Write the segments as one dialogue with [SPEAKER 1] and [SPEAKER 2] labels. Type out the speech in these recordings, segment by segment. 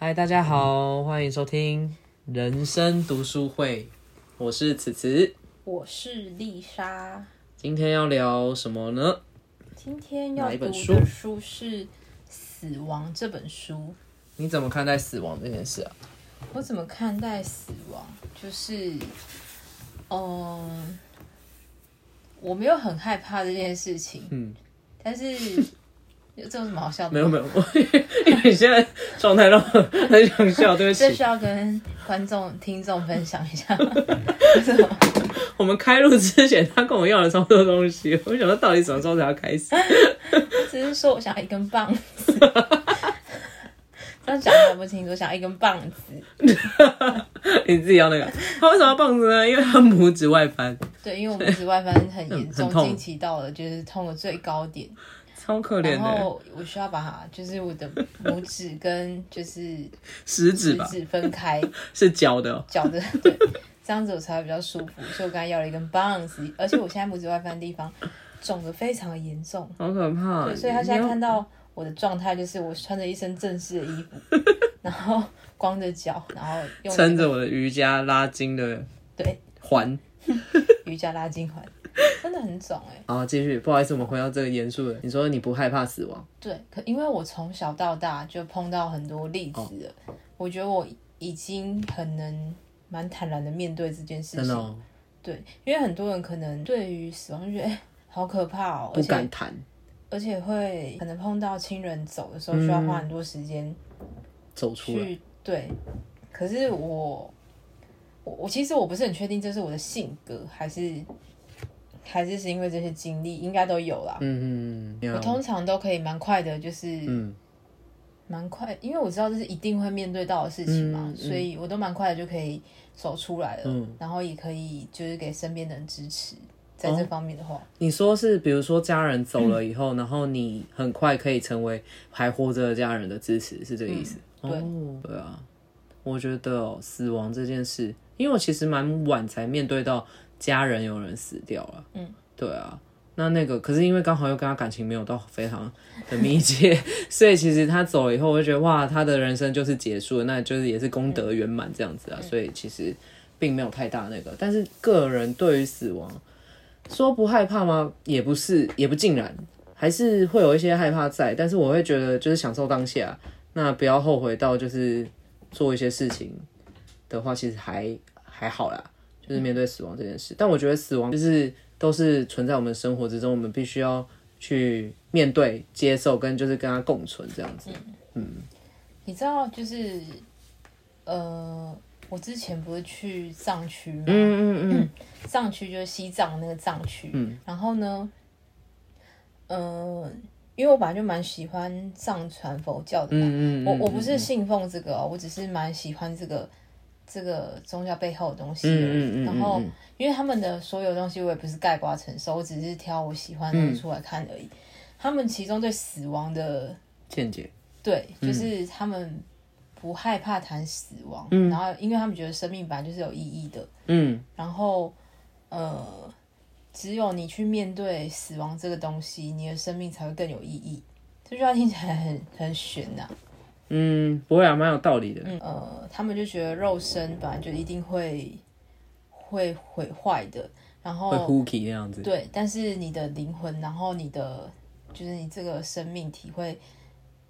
[SPEAKER 1] 嗨，大家好，欢迎收听人生读书会，我是此慈。
[SPEAKER 2] 我是丽莎，
[SPEAKER 1] 今天要聊什么呢？
[SPEAKER 2] 今天要
[SPEAKER 1] 哪一
[SPEAKER 2] 读
[SPEAKER 1] 本
[SPEAKER 2] 的
[SPEAKER 1] 书
[SPEAKER 2] 书是《死亡》这本书。
[SPEAKER 1] 你怎么看待死亡这件事啊？
[SPEAKER 2] 我怎么看待死亡？就是，嗯，我没有很害怕这件事情，
[SPEAKER 1] 嗯，
[SPEAKER 2] 但是这有什么好笑的？
[SPEAKER 1] 没有没有， 我因为你现在状态让我很想笑，对不
[SPEAKER 2] 这需
[SPEAKER 1] 起。
[SPEAKER 2] 要跟观众、听众分享一下。 为什么
[SPEAKER 1] 我们开录之前，他跟我要了超多东西，我想说到底什么时候才要开 始？
[SPEAKER 2] 只是说我想要一根棒子， 这样讲还不清楚，想要一根棒子。
[SPEAKER 1] 你自己要那个，他为什么要棒子呢？因为他拇指外翻，
[SPEAKER 2] 对，因为我们紫外反正很严
[SPEAKER 1] 很
[SPEAKER 2] 重，
[SPEAKER 1] 痛
[SPEAKER 2] 近期到了就是痛的最高点，
[SPEAKER 1] 超 可怜
[SPEAKER 2] 然
[SPEAKER 1] 的，
[SPEAKER 2] 后我需要把它就是我的拇指跟 就是
[SPEAKER 1] 食指
[SPEAKER 2] 食
[SPEAKER 1] 吧
[SPEAKER 2] 指分开，
[SPEAKER 1] 是脚的哦，
[SPEAKER 2] 脚的对，这样子我才会比较舒服。所以我刚才要了一根棒子，而且我现在拇指外翻的地方肿的非常 严重，
[SPEAKER 1] 好可怕。
[SPEAKER 2] 对，所以他现
[SPEAKER 1] 你
[SPEAKER 2] 在
[SPEAKER 1] 要
[SPEAKER 2] 看到我的状态就是我穿着一身正式的衣 服，然后光着脚，然后用
[SPEAKER 1] 撑
[SPEAKER 2] 这
[SPEAKER 1] 着
[SPEAKER 2] 个
[SPEAKER 1] 我的瑜伽拉筋的
[SPEAKER 2] 对
[SPEAKER 1] 环。
[SPEAKER 2] 瑜伽拉筋环，真的很肿哎、
[SPEAKER 1] 好，继续，不好意思，我们回到这个严肃的。你说你不害怕死亡，
[SPEAKER 2] 对，可因为我从小到大就碰到很多例
[SPEAKER 1] 哦
[SPEAKER 2] 子了，我觉得我已经很能蛮坦然的面对这件事
[SPEAKER 1] 真
[SPEAKER 2] 情。
[SPEAKER 1] 的、哦、
[SPEAKER 2] 对，因为很多人可能对于死亡就觉得、哎好可怕哦，
[SPEAKER 1] 不
[SPEAKER 2] 而且
[SPEAKER 1] 敢谈，
[SPEAKER 2] 而且会可能碰到亲人走的时候，需要花很多时间
[SPEAKER 1] 走嗯出来。
[SPEAKER 2] 去、对。可是我我我其实我不是很确定，这是我的性格还是还是是因为这些经历，应该都有啦。
[SPEAKER 1] 嗯嗯嗯，
[SPEAKER 2] 我通常都可以蛮快的，就是
[SPEAKER 1] 嗯
[SPEAKER 2] 蛮快，因为我知道这是一定会面对到的事情嘛，
[SPEAKER 1] 嗯嗯
[SPEAKER 2] 所以我都蛮快的就可以走出来了，
[SPEAKER 1] 嗯哦
[SPEAKER 2] 然后也可以就是给身边的人支持，在这方面的话，
[SPEAKER 1] 你说是，比如说家人走了以后，然后你很快可以成为还活着的家人的支持，是这个意思？
[SPEAKER 2] 嗯对
[SPEAKER 1] 哦，对啊，我觉得哦、死亡这件事，因为我其实蛮晚才面对到家人有人死掉了。
[SPEAKER 2] 嗯，
[SPEAKER 1] 对啊。那那个，可是因为刚好又跟他感情没有到非常的密切， 所以其实他走了以后，我就觉得哇，他的人生就是结束了，那就是也是功德圆满这样子
[SPEAKER 2] 嗯
[SPEAKER 1] 啊。所以其实并没有太大那个，但是个人对于死亡说不害怕吗？也不是，也不尽然，还是会有一些害怕在。但是我会觉得，就是享受当下，那不要后悔到就是做一些事情的话，其实还还好啦。就是面对死亡这件事，但我觉得死亡就是都是存在我们生活之中，我们必须要去面对、接受跟就是跟它共存这样子。
[SPEAKER 2] 你知道就是呃，我之前不是去藏区吗？
[SPEAKER 1] 嗯嗯嗯，
[SPEAKER 2] 藏区就是西藏那个藏区。然后呢，嗯、因为我本来就蛮喜欢藏传佛教的嘛，
[SPEAKER 1] 嗯嗯嗯
[SPEAKER 2] 我我不是信奉这个、哦，我只是蛮喜欢这个这个宗教背后的东西而已。
[SPEAKER 1] 嗯嗯嗯嗯
[SPEAKER 2] 然后，因为他们的所有东西我也不是盖瓜承受，我只是挑我喜欢的出来看而已。他们其中对死亡的，
[SPEAKER 1] 见解。
[SPEAKER 2] 对，
[SPEAKER 1] 嗯
[SPEAKER 2] 就是他们不害怕谈死亡，然后因为他们觉得生命本来就是有意义的，
[SPEAKER 1] 嗯
[SPEAKER 2] 然后呃，只有你去面对死亡这个东西，你的生命才会更有意义。这句话听起来很很啊悬呐、
[SPEAKER 1] 嗯，不会啊，蛮有道理的。
[SPEAKER 2] 嗯呃，他们就觉得肉身本来就一定会会毁坏的，然
[SPEAKER 1] 会
[SPEAKER 2] 后
[SPEAKER 1] hooky 那样子。
[SPEAKER 2] 对，但是你的灵魂，然后你的就是你这个生命体会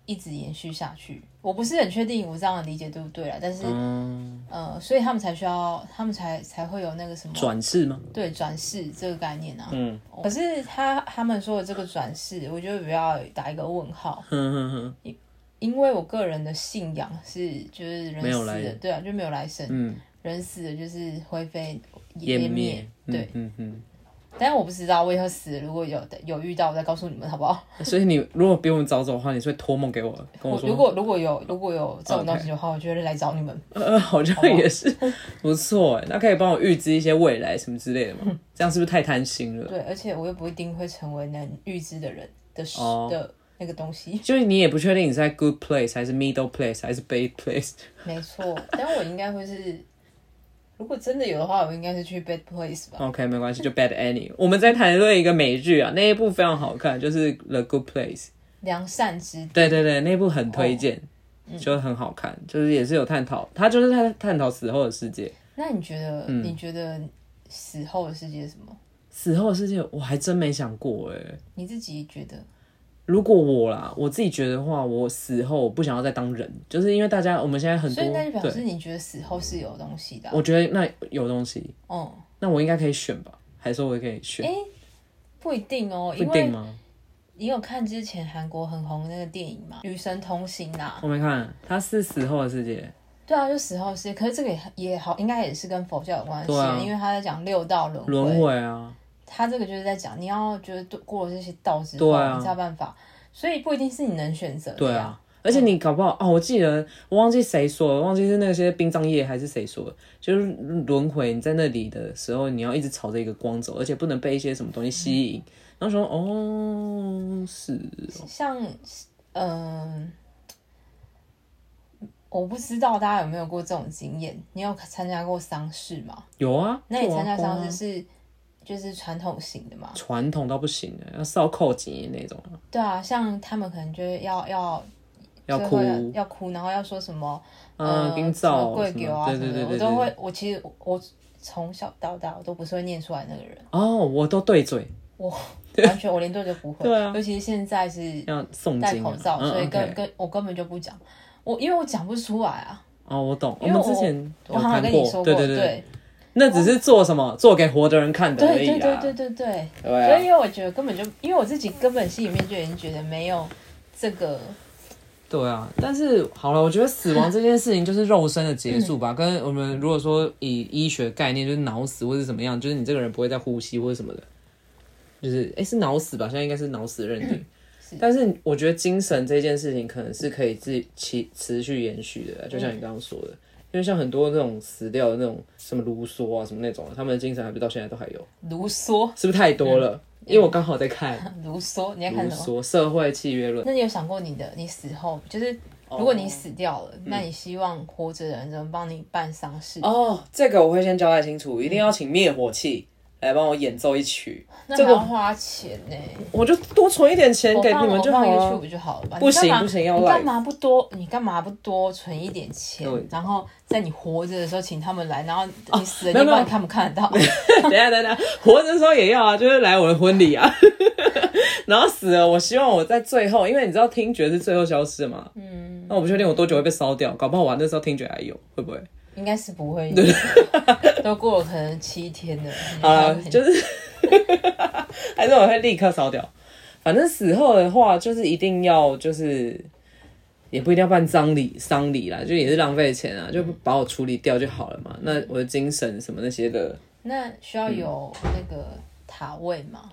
[SPEAKER 2] 一直延续下去。我不是很确定我这样的理解对不对啦，但是、
[SPEAKER 1] 嗯，
[SPEAKER 2] 呃，所以他们才需要，他们才才会有那个什么
[SPEAKER 1] 转世吗？
[SPEAKER 2] 对转世这个概念啊。
[SPEAKER 1] 嗯
[SPEAKER 2] 可是他他们说的这个转世，我觉得比较打一个问号。
[SPEAKER 1] 哼哼哼，
[SPEAKER 2] 因为我个人的信仰是，就是人
[SPEAKER 1] 没有
[SPEAKER 2] 死
[SPEAKER 1] 来
[SPEAKER 2] 了，对啊，就没有来生，
[SPEAKER 1] 嗯，
[SPEAKER 2] 人死了就是灰飞
[SPEAKER 1] 湮
[SPEAKER 2] 烟
[SPEAKER 1] 灭。
[SPEAKER 2] 对，
[SPEAKER 1] 嗯嗯
[SPEAKER 2] 但是我不知道，我以后死了如果有有遇到，我再告诉你们好不好？
[SPEAKER 1] 嗯。所以你如果比我们早走的话，你是会托梦给哦我，跟
[SPEAKER 2] 我
[SPEAKER 1] 说。
[SPEAKER 2] 如果如果有如果有这种东西的话，我就会来找你们。
[SPEAKER 1] 呃， 好像也是
[SPEAKER 2] 哦
[SPEAKER 1] 不错哎，那可以帮我预知一些未来什么之类的吗？这样是不是太贪心了？
[SPEAKER 2] 嗯对，而且我又不一定会成为能预知的人的事、
[SPEAKER 1] 哦
[SPEAKER 2] 的那个东西。
[SPEAKER 1] 就是你也不确定你是在 good place 还是 middle place 还是 bad place，
[SPEAKER 2] 没错， 但我应该会是，如果真的有的话，我应该是去 bad place 吧。
[SPEAKER 1] OK，没关系，就 Bad Annie。我们在谈论一个美剧啊，那一部非常好看，就是《The Good Place》。
[SPEAKER 2] 良善之地哦
[SPEAKER 1] 对对对，那一部很推荐。
[SPEAKER 2] 嗯
[SPEAKER 1] 就很好看，就是也是有探讨，他就是在探讨死后的世界。
[SPEAKER 2] 那你觉得？
[SPEAKER 1] 嗯
[SPEAKER 2] 你觉得死后的世界是什么？
[SPEAKER 1] 死后的世界我还真没想过哎、
[SPEAKER 2] 你自己觉得？
[SPEAKER 1] 如果我啦，我自己觉得的话，我死后我不想要再当人，就是因为大家我们现在很
[SPEAKER 2] 所
[SPEAKER 1] 多
[SPEAKER 2] 以那就表示
[SPEAKER 1] 对，
[SPEAKER 2] 你觉得死后是有东西的啊、
[SPEAKER 1] 我觉得那有东西，
[SPEAKER 2] 嗯，
[SPEAKER 1] 那我应该可以选吧？还是我可以选？
[SPEAKER 2] 哎不一定哦，
[SPEAKER 1] 不一
[SPEAKER 2] 因
[SPEAKER 1] 定
[SPEAKER 2] 为
[SPEAKER 1] 吗？
[SPEAKER 2] 你有看之前韩国很红的那个电影嘛，《与神同行》呐。
[SPEAKER 1] 我没看，他是死后的世界，
[SPEAKER 2] 对啊，就死后世界，可是这个也也好，应该也是跟佛教有关系，
[SPEAKER 1] 对啊
[SPEAKER 2] 因为他在讲六道轮
[SPEAKER 1] 轮回啊，
[SPEAKER 2] 他这个就是在讲，你要觉得度过了这些道之后，
[SPEAKER 1] 对啊
[SPEAKER 2] 你才有办法，所以不一定是你能选择的
[SPEAKER 1] 对
[SPEAKER 2] 呀。
[SPEAKER 1] 啊。而且你搞不好哦，我记得我忘记谁说了，忘记是那些殡葬业还是谁说的，就是轮回你在那里的时候，你要一直朝着一个光走，而且不能被一些什么东西吸引。然后说哦，是
[SPEAKER 2] 像嗯、我不知道大家有没有过这种经验，你有参加过丧事吗？
[SPEAKER 1] 有啊，
[SPEAKER 2] 那你参加
[SPEAKER 1] 有啊
[SPEAKER 2] 丧事是就是传统型的嘛？
[SPEAKER 1] 传统到不行的，要烧扣紧那种，
[SPEAKER 2] 对啊，像他们可能就是要要
[SPEAKER 1] 要
[SPEAKER 2] 最
[SPEAKER 1] 哭
[SPEAKER 2] 后，要哭，然后要说什么
[SPEAKER 1] 嗯，冰
[SPEAKER 2] 呃什么
[SPEAKER 1] 灶
[SPEAKER 2] 跪
[SPEAKER 1] 什
[SPEAKER 2] 给
[SPEAKER 1] 么，
[SPEAKER 2] 啊
[SPEAKER 1] 对
[SPEAKER 2] 什
[SPEAKER 1] 对
[SPEAKER 2] 么
[SPEAKER 1] 对
[SPEAKER 2] 的，我
[SPEAKER 1] 对
[SPEAKER 2] 都
[SPEAKER 1] 对。
[SPEAKER 2] 会。我其实我从小到大我都不是会念出来那 个人，
[SPEAKER 1] 哦，我都对嘴，
[SPEAKER 2] 完全我连对都不会。
[SPEAKER 1] 对啊
[SPEAKER 2] 尤其是现在是
[SPEAKER 1] 要诵
[SPEAKER 2] 戴
[SPEAKER 1] 经
[SPEAKER 2] 口
[SPEAKER 1] 啊，
[SPEAKER 2] 罩，
[SPEAKER 1] 嗯
[SPEAKER 2] 所以
[SPEAKER 1] OK
[SPEAKER 2] 根根我根本就不讲，我因为我讲不出来啊。
[SPEAKER 1] 哦，我懂，
[SPEAKER 2] 因为
[SPEAKER 1] 们
[SPEAKER 2] 我
[SPEAKER 1] 之前
[SPEAKER 2] 我
[SPEAKER 1] 有
[SPEAKER 2] 好
[SPEAKER 1] 谈
[SPEAKER 2] 像跟你说
[SPEAKER 1] 对对
[SPEAKER 2] 对对
[SPEAKER 1] 那只是做什么做给活的人看的而已
[SPEAKER 2] 对对
[SPEAKER 1] 啦，
[SPEAKER 2] 对对对。
[SPEAKER 1] 对
[SPEAKER 2] 所以
[SPEAKER 1] 啊
[SPEAKER 2] 因为我觉得根本就，因为我自己根本心里面就已经觉得没有这个，
[SPEAKER 1] 对啊。但是好了，我觉得死亡这件事情就是肉身的结束
[SPEAKER 2] 嗯
[SPEAKER 1] 吧，跟我们如果说以医学概念，就是脑死或是怎么样，就是你这个人不会再呼吸或者什么的，就是哎、诶是脑死吧？现在应该是脑死认
[SPEAKER 2] 嗯
[SPEAKER 1] 定。但是我觉得精神这件事情可能是可以自持持续延续
[SPEAKER 2] 嗯
[SPEAKER 1] 的，就像你刚刚说的，因为像很多那种死掉的那种什么卢梭啊什么那种，他们的精神还不到现在都还有。
[SPEAKER 2] 卢梭，
[SPEAKER 1] 是不是太多了？
[SPEAKER 2] 嗯
[SPEAKER 1] 因为我刚好在看
[SPEAKER 2] 卢梭，你在
[SPEAKER 1] 卢
[SPEAKER 2] 看什么？
[SPEAKER 1] 梭《社会契约论》，哦
[SPEAKER 2] 那你有想过你的你死后，就是如果你死掉了，那你希望活着的人怎么帮你办丧事？
[SPEAKER 1] 哦，这个我会先交代清楚，一定要请灭火器来帮我演奏一曲。
[SPEAKER 2] 那
[SPEAKER 1] 这
[SPEAKER 2] 还
[SPEAKER 1] 个
[SPEAKER 2] 要花钱呢、
[SPEAKER 1] 我就多存一点钱
[SPEAKER 2] 我
[SPEAKER 1] 给
[SPEAKER 2] 放
[SPEAKER 1] 你们就好
[SPEAKER 2] 我放
[SPEAKER 1] 了。
[SPEAKER 2] YouTube 就好了吧？
[SPEAKER 1] 不行
[SPEAKER 2] 你干嘛
[SPEAKER 1] 不行要
[SPEAKER 2] 你
[SPEAKER 1] live
[SPEAKER 2] 干嘛不多？你干嘛不多存一点钱
[SPEAKER 1] 对，
[SPEAKER 2] 然后在你活着的时候请他们来，然后你死
[SPEAKER 1] 没
[SPEAKER 2] 了
[SPEAKER 1] 有
[SPEAKER 2] 你
[SPEAKER 1] 没有
[SPEAKER 2] 管看不 看得 到？
[SPEAKER 1] 等一下等一下，活着的时候也要啊，就是来我的婚礼啊。 然后死了，我希望我在最后，因为你知道听觉是最后消失的嘛。嗯。那我不确定我多久会被烧掉，搞不好我那时候听觉还有，会不会？
[SPEAKER 2] 应该是不会， 都过了可能七天了。
[SPEAKER 1] 好了，啊就是 还是我会立刻烧掉。反正死后的话，就是一定要就是也不一定要办丧礼，丧礼啦，就也是浪费钱啊，就把我处理掉就好了嘛。那我的精神什么那些的
[SPEAKER 2] 那需要有
[SPEAKER 1] 嗯
[SPEAKER 2] 那个塔位嘛？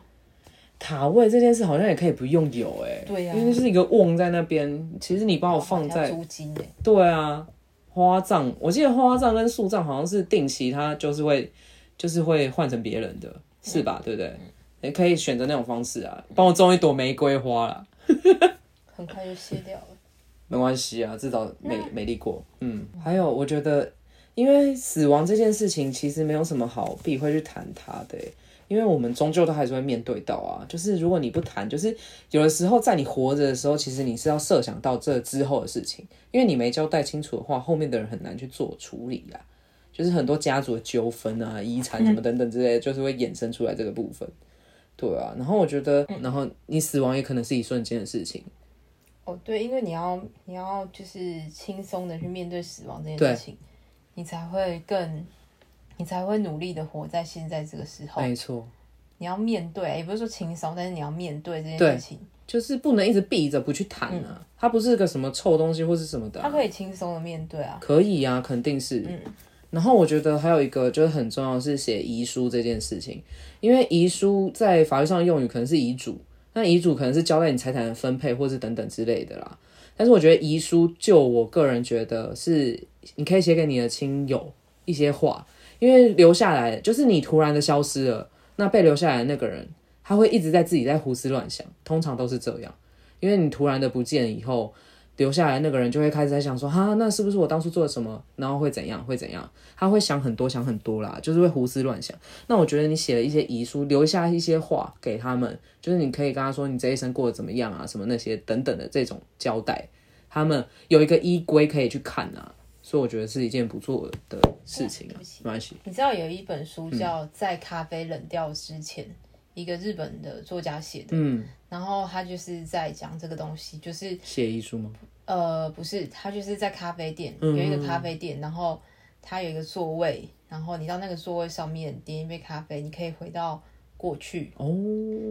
[SPEAKER 1] 塔位这件事，好像也可以不用有哎、
[SPEAKER 2] 对啊哦
[SPEAKER 1] 因为就是一个瓮在那边。其实你把我放
[SPEAKER 2] 要
[SPEAKER 1] 在
[SPEAKER 2] 租金的，
[SPEAKER 1] 对啊，花葬，我记得花葬跟树葬好像是定期，它就是会就是会换成别人的，是吧？对不对？也可以选择那种方式啊，帮我种一朵玫瑰花啦，
[SPEAKER 2] 很快就卸掉了。
[SPEAKER 1] 没关系啊，至少美美丽过。嗯，还有我觉得，因为死亡这件事情其实没有什么好避讳去谈它的欸、因为我们终究都还是会面对到啊。就是如果你不谈，就是有的时候在你活着的时候，其实你是要设想到这之后的事情，因为你没交代清楚的话，后面的人很难去做处理啊。就是很多家族的纠纷啊、遗产什么等等之类的，就是会衍生出来这个部分。对啊，然后我觉得，然后你死亡也可能是一瞬间的事情。
[SPEAKER 2] 哦，对，因为你要你要就是轻松的去面对死亡这件事情，你才会更，你才会努力的活在现在这个时候。
[SPEAKER 1] 没错，
[SPEAKER 2] 你要面对，也不是说轻松，但是你要面对这件事情。
[SPEAKER 1] 就是不能一直避着不去谈啊。它不是个什么臭东西或是什么的啊、
[SPEAKER 2] 他可以轻松的面对啊，
[SPEAKER 1] 可以啊，肯定是。然后我觉得还有一个就是很重要的是写遗书这件事情，因为遗书在法律上用语可能是遗嘱，那遗嘱可能是交代你财产的分配或是等等之类的啦。但是我觉得遗书，就我个人觉得是你可以写给你的亲友一些话，因为留下来就是你突然的消失了，那被留下来的那个人他会一直在自己在胡思乱想，通常都是这样，因为你突然的不见以后，留下来那个人就会开始在想说，哈，那是不是我当初做了什么？然后会怎样？会怎样？他会想很多，想很多啦，就是会胡思乱想。那我觉得你写了一些遗书，留下一些话给他们，就是你可以跟他说你这一生过得怎么样啊，什么那些等等的这种交代，他们有一个依规可以去看啊，所以我觉得是一件不错的事情啊，没关系。
[SPEAKER 2] 你知道哦有一本书叫《在咖啡冷掉之前》，一个日本的作家写的，
[SPEAKER 1] 嗯，
[SPEAKER 2] 然后他就是在讲这个东西，就是
[SPEAKER 1] 写遗书吗？
[SPEAKER 2] 呃，不是，他就是在咖啡店有
[SPEAKER 1] 嗯
[SPEAKER 2] 一个咖啡店，然后他有一个座位，然后你到那个座位上面点一杯咖啡，你可以回到过去，
[SPEAKER 1] 哦，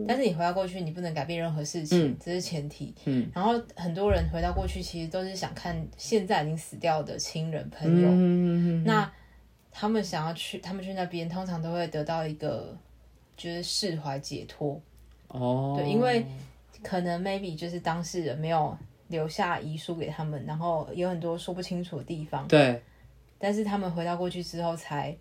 [SPEAKER 2] 但是你回到过去，你不能改变任何事情，这是前提。
[SPEAKER 1] 嗯，
[SPEAKER 2] 然后很多人回到过去，其实都是想看现在已经死掉的亲人朋友，
[SPEAKER 1] 嗯，
[SPEAKER 2] 那他们想要去，他们去那边通常都会得到一个就是释怀解脱，
[SPEAKER 1] 哦，
[SPEAKER 2] 对因为可能 maybe 就是当事人没有留下遗书给他们，然后有很多说不清楚的地方，
[SPEAKER 1] 对
[SPEAKER 2] 但是他们回到过去之后才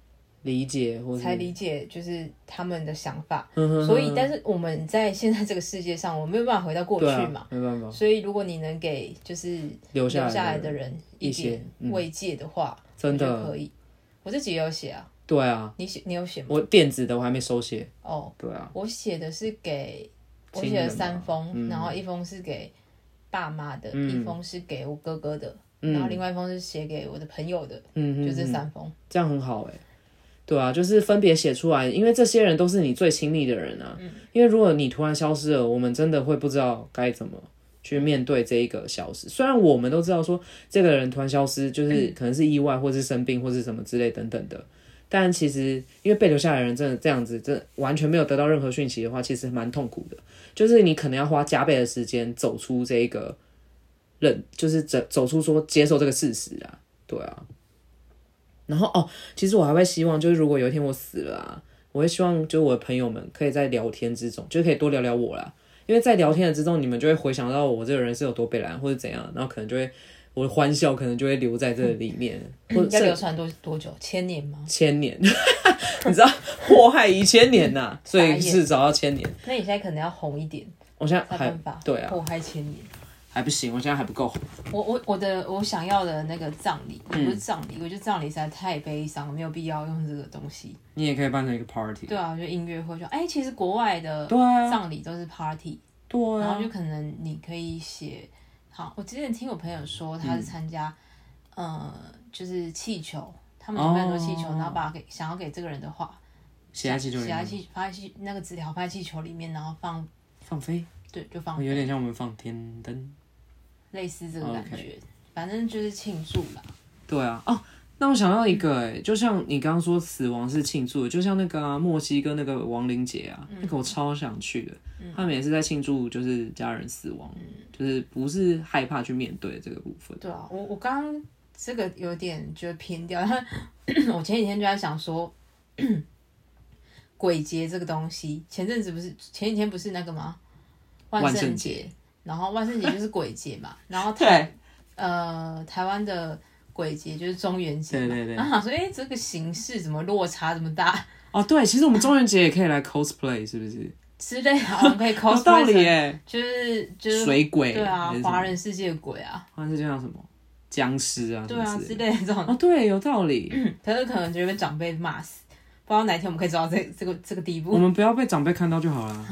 [SPEAKER 1] 理解或
[SPEAKER 2] 才
[SPEAKER 1] 者嗯
[SPEAKER 2] 理解就是他们的想法，
[SPEAKER 1] 所
[SPEAKER 2] 所以但是我们在现在这个世界上，我没有办法回到过去
[SPEAKER 1] 对啊
[SPEAKER 2] 嘛。，
[SPEAKER 1] 没办法，
[SPEAKER 2] 所以，如果你能给就是
[SPEAKER 1] 留下
[SPEAKER 2] 留下来
[SPEAKER 1] 的
[SPEAKER 2] 的
[SPEAKER 1] 人
[SPEAKER 2] 人
[SPEAKER 1] 一
[SPEAKER 2] 一
[SPEAKER 1] 些
[SPEAKER 2] 点
[SPEAKER 1] 嗯
[SPEAKER 2] 慰藉的话，
[SPEAKER 1] 真
[SPEAKER 2] 我觉得
[SPEAKER 1] 的
[SPEAKER 2] 可以。我自己也有写啊，
[SPEAKER 1] 对啊，
[SPEAKER 2] 你写你有写吗？
[SPEAKER 1] 我电子的我还没手写，
[SPEAKER 2] 哦，
[SPEAKER 1] 对啊，
[SPEAKER 2] 我写的是给我
[SPEAKER 1] 亲
[SPEAKER 2] 写了
[SPEAKER 1] 人
[SPEAKER 2] 三
[SPEAKER 1] 嘛
[SPEAKER 2] 封，
[SPEAKER 1] 嗯
[SPEAKER 2] 然后一封是给爸妈的，
[SPEAKER 1] 嗯
[SPEAKER 2] 一封是给我哥哥的，然后另外一封是写给我的朋友的，
[SPEAKER 1] 嗯，
[SPEAKER 2] 就这
[SPEAKER 1] 嗯嗯
[SPEAKER 2] 三封。
[SPEAKER 1] 这样很好哎、对啊，就是分别写出来，因为这些人都是你最亲密的人啊。
[SPEAKER 2] 嗯
[SPEAKER 1] 因为如果你突然消失了，我们真的会不知道该怎么去面对这一个消失。虽然我们都知道说这个人突然消失，就是
[SPEAKER 2] 嗯
[SPEAKER 1] 可能是意外，或是生病，或是什么之类等等的，但其实因为被留下来的人真的这样子，真的完全没有得到任何讯息的话，其实蛮痛苦的。就是你可能要花加倍的时间走出这一个认，就是走走出说接受这个事实啊，对啊。然后哦，其实我还会希望，就是如果有一天我死了啊，我会希望就是我的朋友们可以在聊天之中，就是可以多聊聊我啦，因为在聊天的之中，你们就会回想到我这个人是有多北蓝或者怎样，然后可能就会我的欢笑可能就会留在这里面，或
[SPEAKER 2] 要
[SPEAKER 1] 者
[SPEAKER 2] 流传多多久？千年吗？
[SPEAKER 1] 千年， 你知道祸害一千年呐、所以是找到千年。
[SPEAKER 2] 那你现在可能要红一点
[SPEAKER 1] 我现在
[SPEAKER 2] 才有
[SPEAKER 1] 还
[SPEAKER 2] 办法
[SPEAKER 1] 对啊，
[SPEAKER 2] 祸害千年。
[SPEAKER 1] 还不行，我现在还不够红。
[SPEAKER 2] 我我我的我想要的那个葬礼，
[SPEAKER 1] 嗯
[SPEAKER 2] 也不是葬礼，我觉得葬礼实在太悲伤，没有必要用这个东西。
[SPEAKER 1] 你也可以办成一个 party，
[SPEAKER 2] 对啊，我觉得音乐会就哎、其实国外的
[SPEAKER 1] 对啊
[SPEAKER 2] 葬礼都是 party，
[SPEAKER 1] 对
[SPEAKER 2] 然后
[SPEAKER 1] 啊
[SPEAKER 2] 就，可能你可以写，好，我之前听我朋友说他是参加，呃，就是气球，他们准备很多气球，
[SPEAKER 1] 哦
[SPEAKER 2] 然后把给想要给这个人的话，
[SPEAKER 1] 写在气球里
[SPEAKER 2] 写在
[SPEAKER 1] 面
[SPEAKER 2] 气放在气那个纸条放在气球里面，然后放
[SPEAKER 1] 放飞，
[SPEAKER 2] 对就放
[SPEAKER 1] 有点像我们放天灯。
[SPEAKER 2] 类似这个感
[SPEAKER 1] OK
[SPEAKER 2] 觉反正就是庆祝啦。
[SPEAKER 1] 对啊，哦，那我想到一个、欸，就像你刚刚说死亡是庆祝的，就像那个、啊、墨西哥那个亡灵节啊，
[SPEAKER 2] 嗯
[SPEAKER 1] 那个我超想去的。他们也是在庆祝，就是家人死亡，
[SPEAKER 2] 嗯
[SPEAKER 1] 就是不是害怕去面对这个部分。
[SPEAKER 2] 对啊，我我刚刚这个有点觉得偏掉，但 我前几天就在想说，鬼节这个东西，前阵子不是前几天不是那个吗？
[SPEAKER 1] 万圣
[SPEAKER 2] 圣
[SPEAKER 1] 节，
[SPEAKER 2] 然后万圣节就是鬼节嘛，然后台
[SPEAKER 1] 对
[SPEAKER 2] 呃台湾的鬼节就是中元节嘛，
[SPEAKER 1] 对对 对
[SPEAKER 2] 然后想说，哎、这个形式怎么落差这么大
[SPEAKER 1] 哦，对，其实我们中元节也可以来 cosplay，是不 是？
[SPEAKER 2] 之类的，好像可以 cosplay
[SPEAKER 1] 有道理
[SPEAKER 2] 成
[SPEAKER 1] 耶，
[SPEAKER 2] 就是就是
[SPEAKER 1] 水鬼
[SPEAKER 2] 对啊
[SPEAKER 1] 还是，什么
[SPEAKER 2] 华人世界的鬼啊，
[SPEAKER 1] 好像是叫什么僵尸啊，
[SPEAKER 2] 对啊
[SPEAKER 1] 什么
[SPEAKER 2] 之
[SPEAKER 1] 类的
[SPEAKER 2] 类的这种嗯
[SPEAKER 1] 哦，对，有道理。
[SPEAKER 2] 可是可能就会被长辈骂死，不知道哪一天我们可以走到这这个这个地
[SPEAKER 1] 我
[SPEAKER 2] 步。
[SPEAKER 1] 们不要被长辈看到就好 了，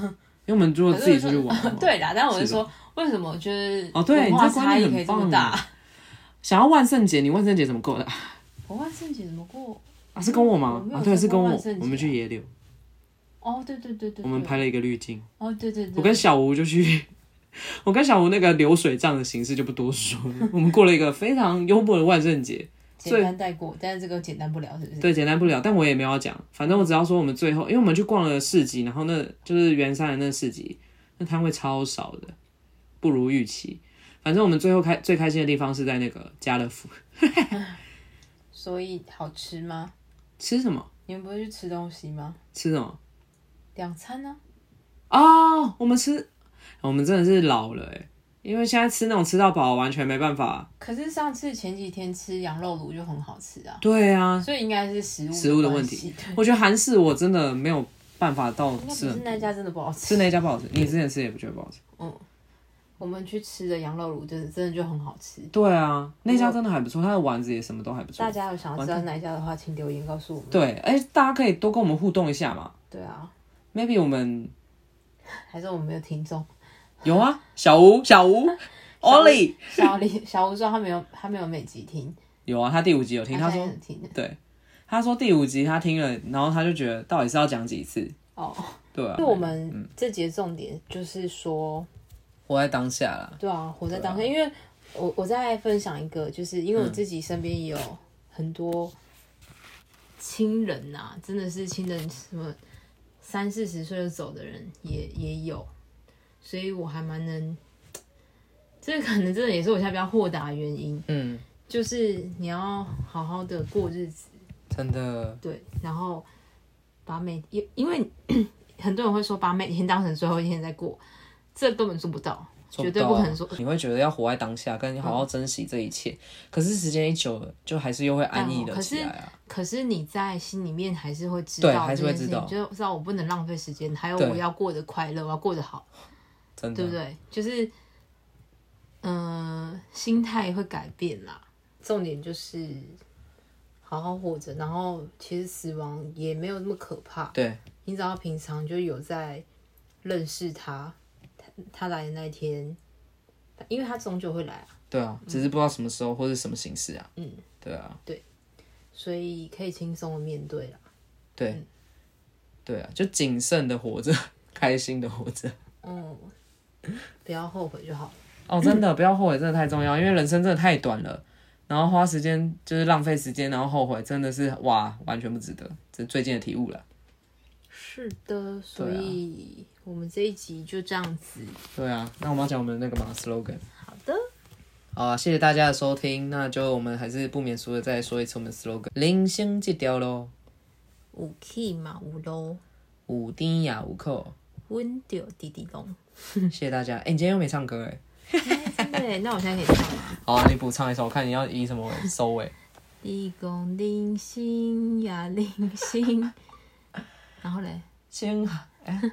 [SPEAKER 1] 因为我们如果自己出去玩的话，
[SPEAKER 2] 对啦，但我是
[SPEAKER 1] 哦是
[SPEAKER 2] 说，为什么就是
[SPEAKER 1] 哦对
[SPEAKER 2] 文化
[SPEAKER 1] 你这观
[SPEAKER 2] 差
[SPEAKER 1] 念
[SPEAKER 2] 异
[SPEAKER 1] 很
[SPEAKER 2] 可以这么
[SPEAKER 1] 棒啊
[SPEAKER 2] 大？
[SPEAKER 1] 想要万圣节，你万圣节怎么过的 啊？
[SPEAKER 2] 我万圣节怎么过？
[SPEAKER 1] 是跟我
[SPEAKER 2] 我
[SPEAKER 1] 吗
[SPEAKER 2] 没？有
[SPEAKER 1] 啊，对，是
[SPEAKER 2] 参加
[SPEAKER 1] 跟我
[SPEAKER 2] 万圣节啊，
[SPEAKER 1] 我们去野柳，
[SPEAKER 2] 哦，对对对对，
[SPEAKER 1] 我们
[SPEAKER 2] 对
[SPEAKER 1] 拍了一个滤镜。
[SPEAKER 2] 哦，对对对，
[SPEAKER 1] 我跟小吴就去， 我跟小吴那个流水账的形式就不多说了，我们过了一个非常幽默的万圣节。
[SPEAKER 2] 简单带过，但是这个简单不了，是不是？
[SPEAKER 1] 对，简单不了，但我也没有要讲，反正我只要说我们最后，因为我们去逛了市集，然后那就是圆山的那市集，那摊位超少的，不如预期。反正我们最后开最开心的地方是在那个家乐福，
[SPEAKER 2] 所以好吃吗？
[SPEAKER 1] 吃什么？
[SPEAKER 2] 你们不是去吃东西吗？
[SPEAKER 1] 吃什么？
[SPEAKER 2] 两餐呢？
[SPEAKER 1] 哦，我们吃，我们真的是老了哎、因为现在吃那种吃到饱完全没办法。
[SPEAKER 2] 可是上次前几天吃羊肉炉就很好吃啊，
[SPEAKER 1] 对啊，
[SPEAKER 2] 所以应该是食物
[SPEAKER 1] 食物的问
[SPEAKER 2] 关
[SPEAKER 1] 题
[SPEAKER 2] 系对
[SPEAKER 1] 我觉得韩式我真的没有办法到
[SPEAKER 2] 应该
[SPEAKER 1] 吃
[SPEAKER 2] 不是
[SPEAKER 1] 很，
[SPEAKER 2] 那家真的不好吃
[SPEAKER 1] 是。那一家不好吃，你之前吃也不觉得不好吃。
[SPEAKER 2] 我们去吃的羊肉炉就是真的就很好吃。
[SPEAKER 1] 对啊，那家真的还不错，它的丸子也什么都还不错
[SPEAKER 2] 大。家有想要知道哪一家的话，请留言告诉我们。
[SPEAKER 1] 对，哎、大家可以多跟我们互动一下嘛。
[SPEAKER 2] 对啊，
[SPEAKER 1] Maybe 我们
[SPEAKER 2] 还是我们没有听众，
[SPEAKER 1] 有啊，小吴，小吴， Ollie
[SPEAKER 2] 小李小吴说他没有他没有每集听，
[SPEAKER 1] 有啊，他第五集有听，他
[SPEAKER 2] 现
[SPEAKER 1] 说
[SPEAKER 2] 在有听
[SPEAKER 1] 他说第五集他听了，然后他就觉得到底是要讲几次？
[SPEAKER 2] 哦，
[SPEAKER 1] 对啊
[SPEAKER 2] 因为，我们这节重点就是说，
[SPEAKER 1] 活在当下啦。
[SPEAKER 2] 对啊，活在当下，因为我我再分享一个，就是因为我自己身边也有很多亲人呐、真的是亲人，什么三四十岁就走的人也也有，所以我还蛮能，这个可能真的也是我现在比较豁达的原因，
[SPEAKER 1] 嗯，
[SPEAKER 2] 就是你要好好的过日子。
[SPEAKER 1] 真的，
[SPEAKER 2] 对，然后把每因因为很多人会说把每天当成最后一天在过，这根本做不到，
[SPEAKER 1] 做
[SPEAKER 2] 绝对
[SPEAKER 1] 到啊
[SPEAKER 2] 不可能说嗯
[SPEAKER 1] 你会觉得要活在当下，跟你好好珍惜这一切。可是时间一久了，就还是又会安逸了起来啊。
[SPEAKER 2] 哦可是你在心里面还是会知
[SPEAKER 1] 对
[SPEAKER 2] 道
[SPEAKER 1] 还
[SPEAKER 2] 这
[SPEAKER 1] 是会
[SPEAKER 2] 件事
[SPEAKER 1] 知道
[SPEAKER 2] 情，就知道我不能浪费时间，还有
[SPEAKER 1] 对
[SPEAKER 2] 我要过得快乐，我要过得好，
[SPEAKER 1] 真
[SPEAKER 2] 对不
[SPEAKER 1] 的，
[SPEAKER 2] 对？就是，嗯、心态会改变啦。重点就是好好活着，然后其实死亡也没有那么可怕。
[SPEAKER 1] 对，
[SPEAKER 2] 你只要平常就有在认识他，他他来的那一天，因为他终究会来啊，
[SPEAKER 1] 对啊，只是不知道什么时候或是什么形式啊。
[SPEAKER 2] 嗯，
[SPEAKER 1] 对啊，
[SPEAKER 2] 所以可以轻松的面对了。
[SPEAKER 1] 对，对啊，就谨慎的活着， 开心的活着。
[SPEAKER 2] 嗯，不要后悔就好了。
[SPEAKER 1] 哦，真的不要后悔，真的太重要，因为人生真的太短了。然后花时间就是浪费时间，然后后悔，真的是哇，完全不值得。这是最近的体悟了。
[SPEAKER 2] 是的，所以我们这一集就这样子。
[SPEAKER 1] 对啊，那我们要讲我们的那个嘛 slogan。
[SPEAKER 2] 好的，
[SPEAKER 1] 好啊，谢谢大家的收听。那就我们还是不免俗的再说一次我们的 slogan：人生这条路，
[SPEAKER 2] 五 K 嘛五喽，
[SPEAKER 1] 有甜也有苦。
[SPEAKER 2] 温丢滴滴 咚。
[SPEAKER 1] 谢谢大家。哎、你今天又没唱歌哎。
[SPEAKER 2] 真的耶，那我现在可以唱吗？
[SPEAKER 1] 好啊，你补唱一首，我看你要以什么为收尾。
[SPEAKER 2] 地公零星呀零 星，然后嘞，
[SPEAKER 1] 星海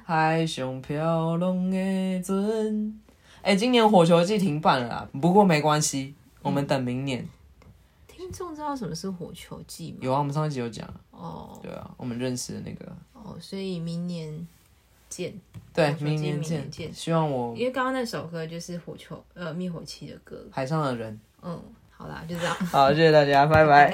[SPEAKER 1] 海上飘浪的船。哎、今年火球季停办了啦，不过没关系，我们等明年。
[SPEAKER 2] 听众知道什么是火球季吗？
[SPEAKER 1] 有啊，我们上一集有讲，
[SPEAKER 2] 哦。
[SPEAKER 1] 对啊，我们认识的那个，
[SPEAKER 2] 哦，所以明年见。
[SPEAKER 1] 对
[SPEAKER 2] 火，球季
[SPEAKER 1] 明年
[SPEAKER 2] 明年
[SPEAKER 1] 见。
[SPEAKER 2] 见
[SPEAKER 1] 希望我
[SPEAKER 2] 因为刚刚那首歌就是火球呃灭火器的歌，
[SPEAKER 1] 海上的人。
[SPEAKER 2] 嗯，好啦，就这样。
[SPEAKER 1] 好，谢谢大家，拜拜。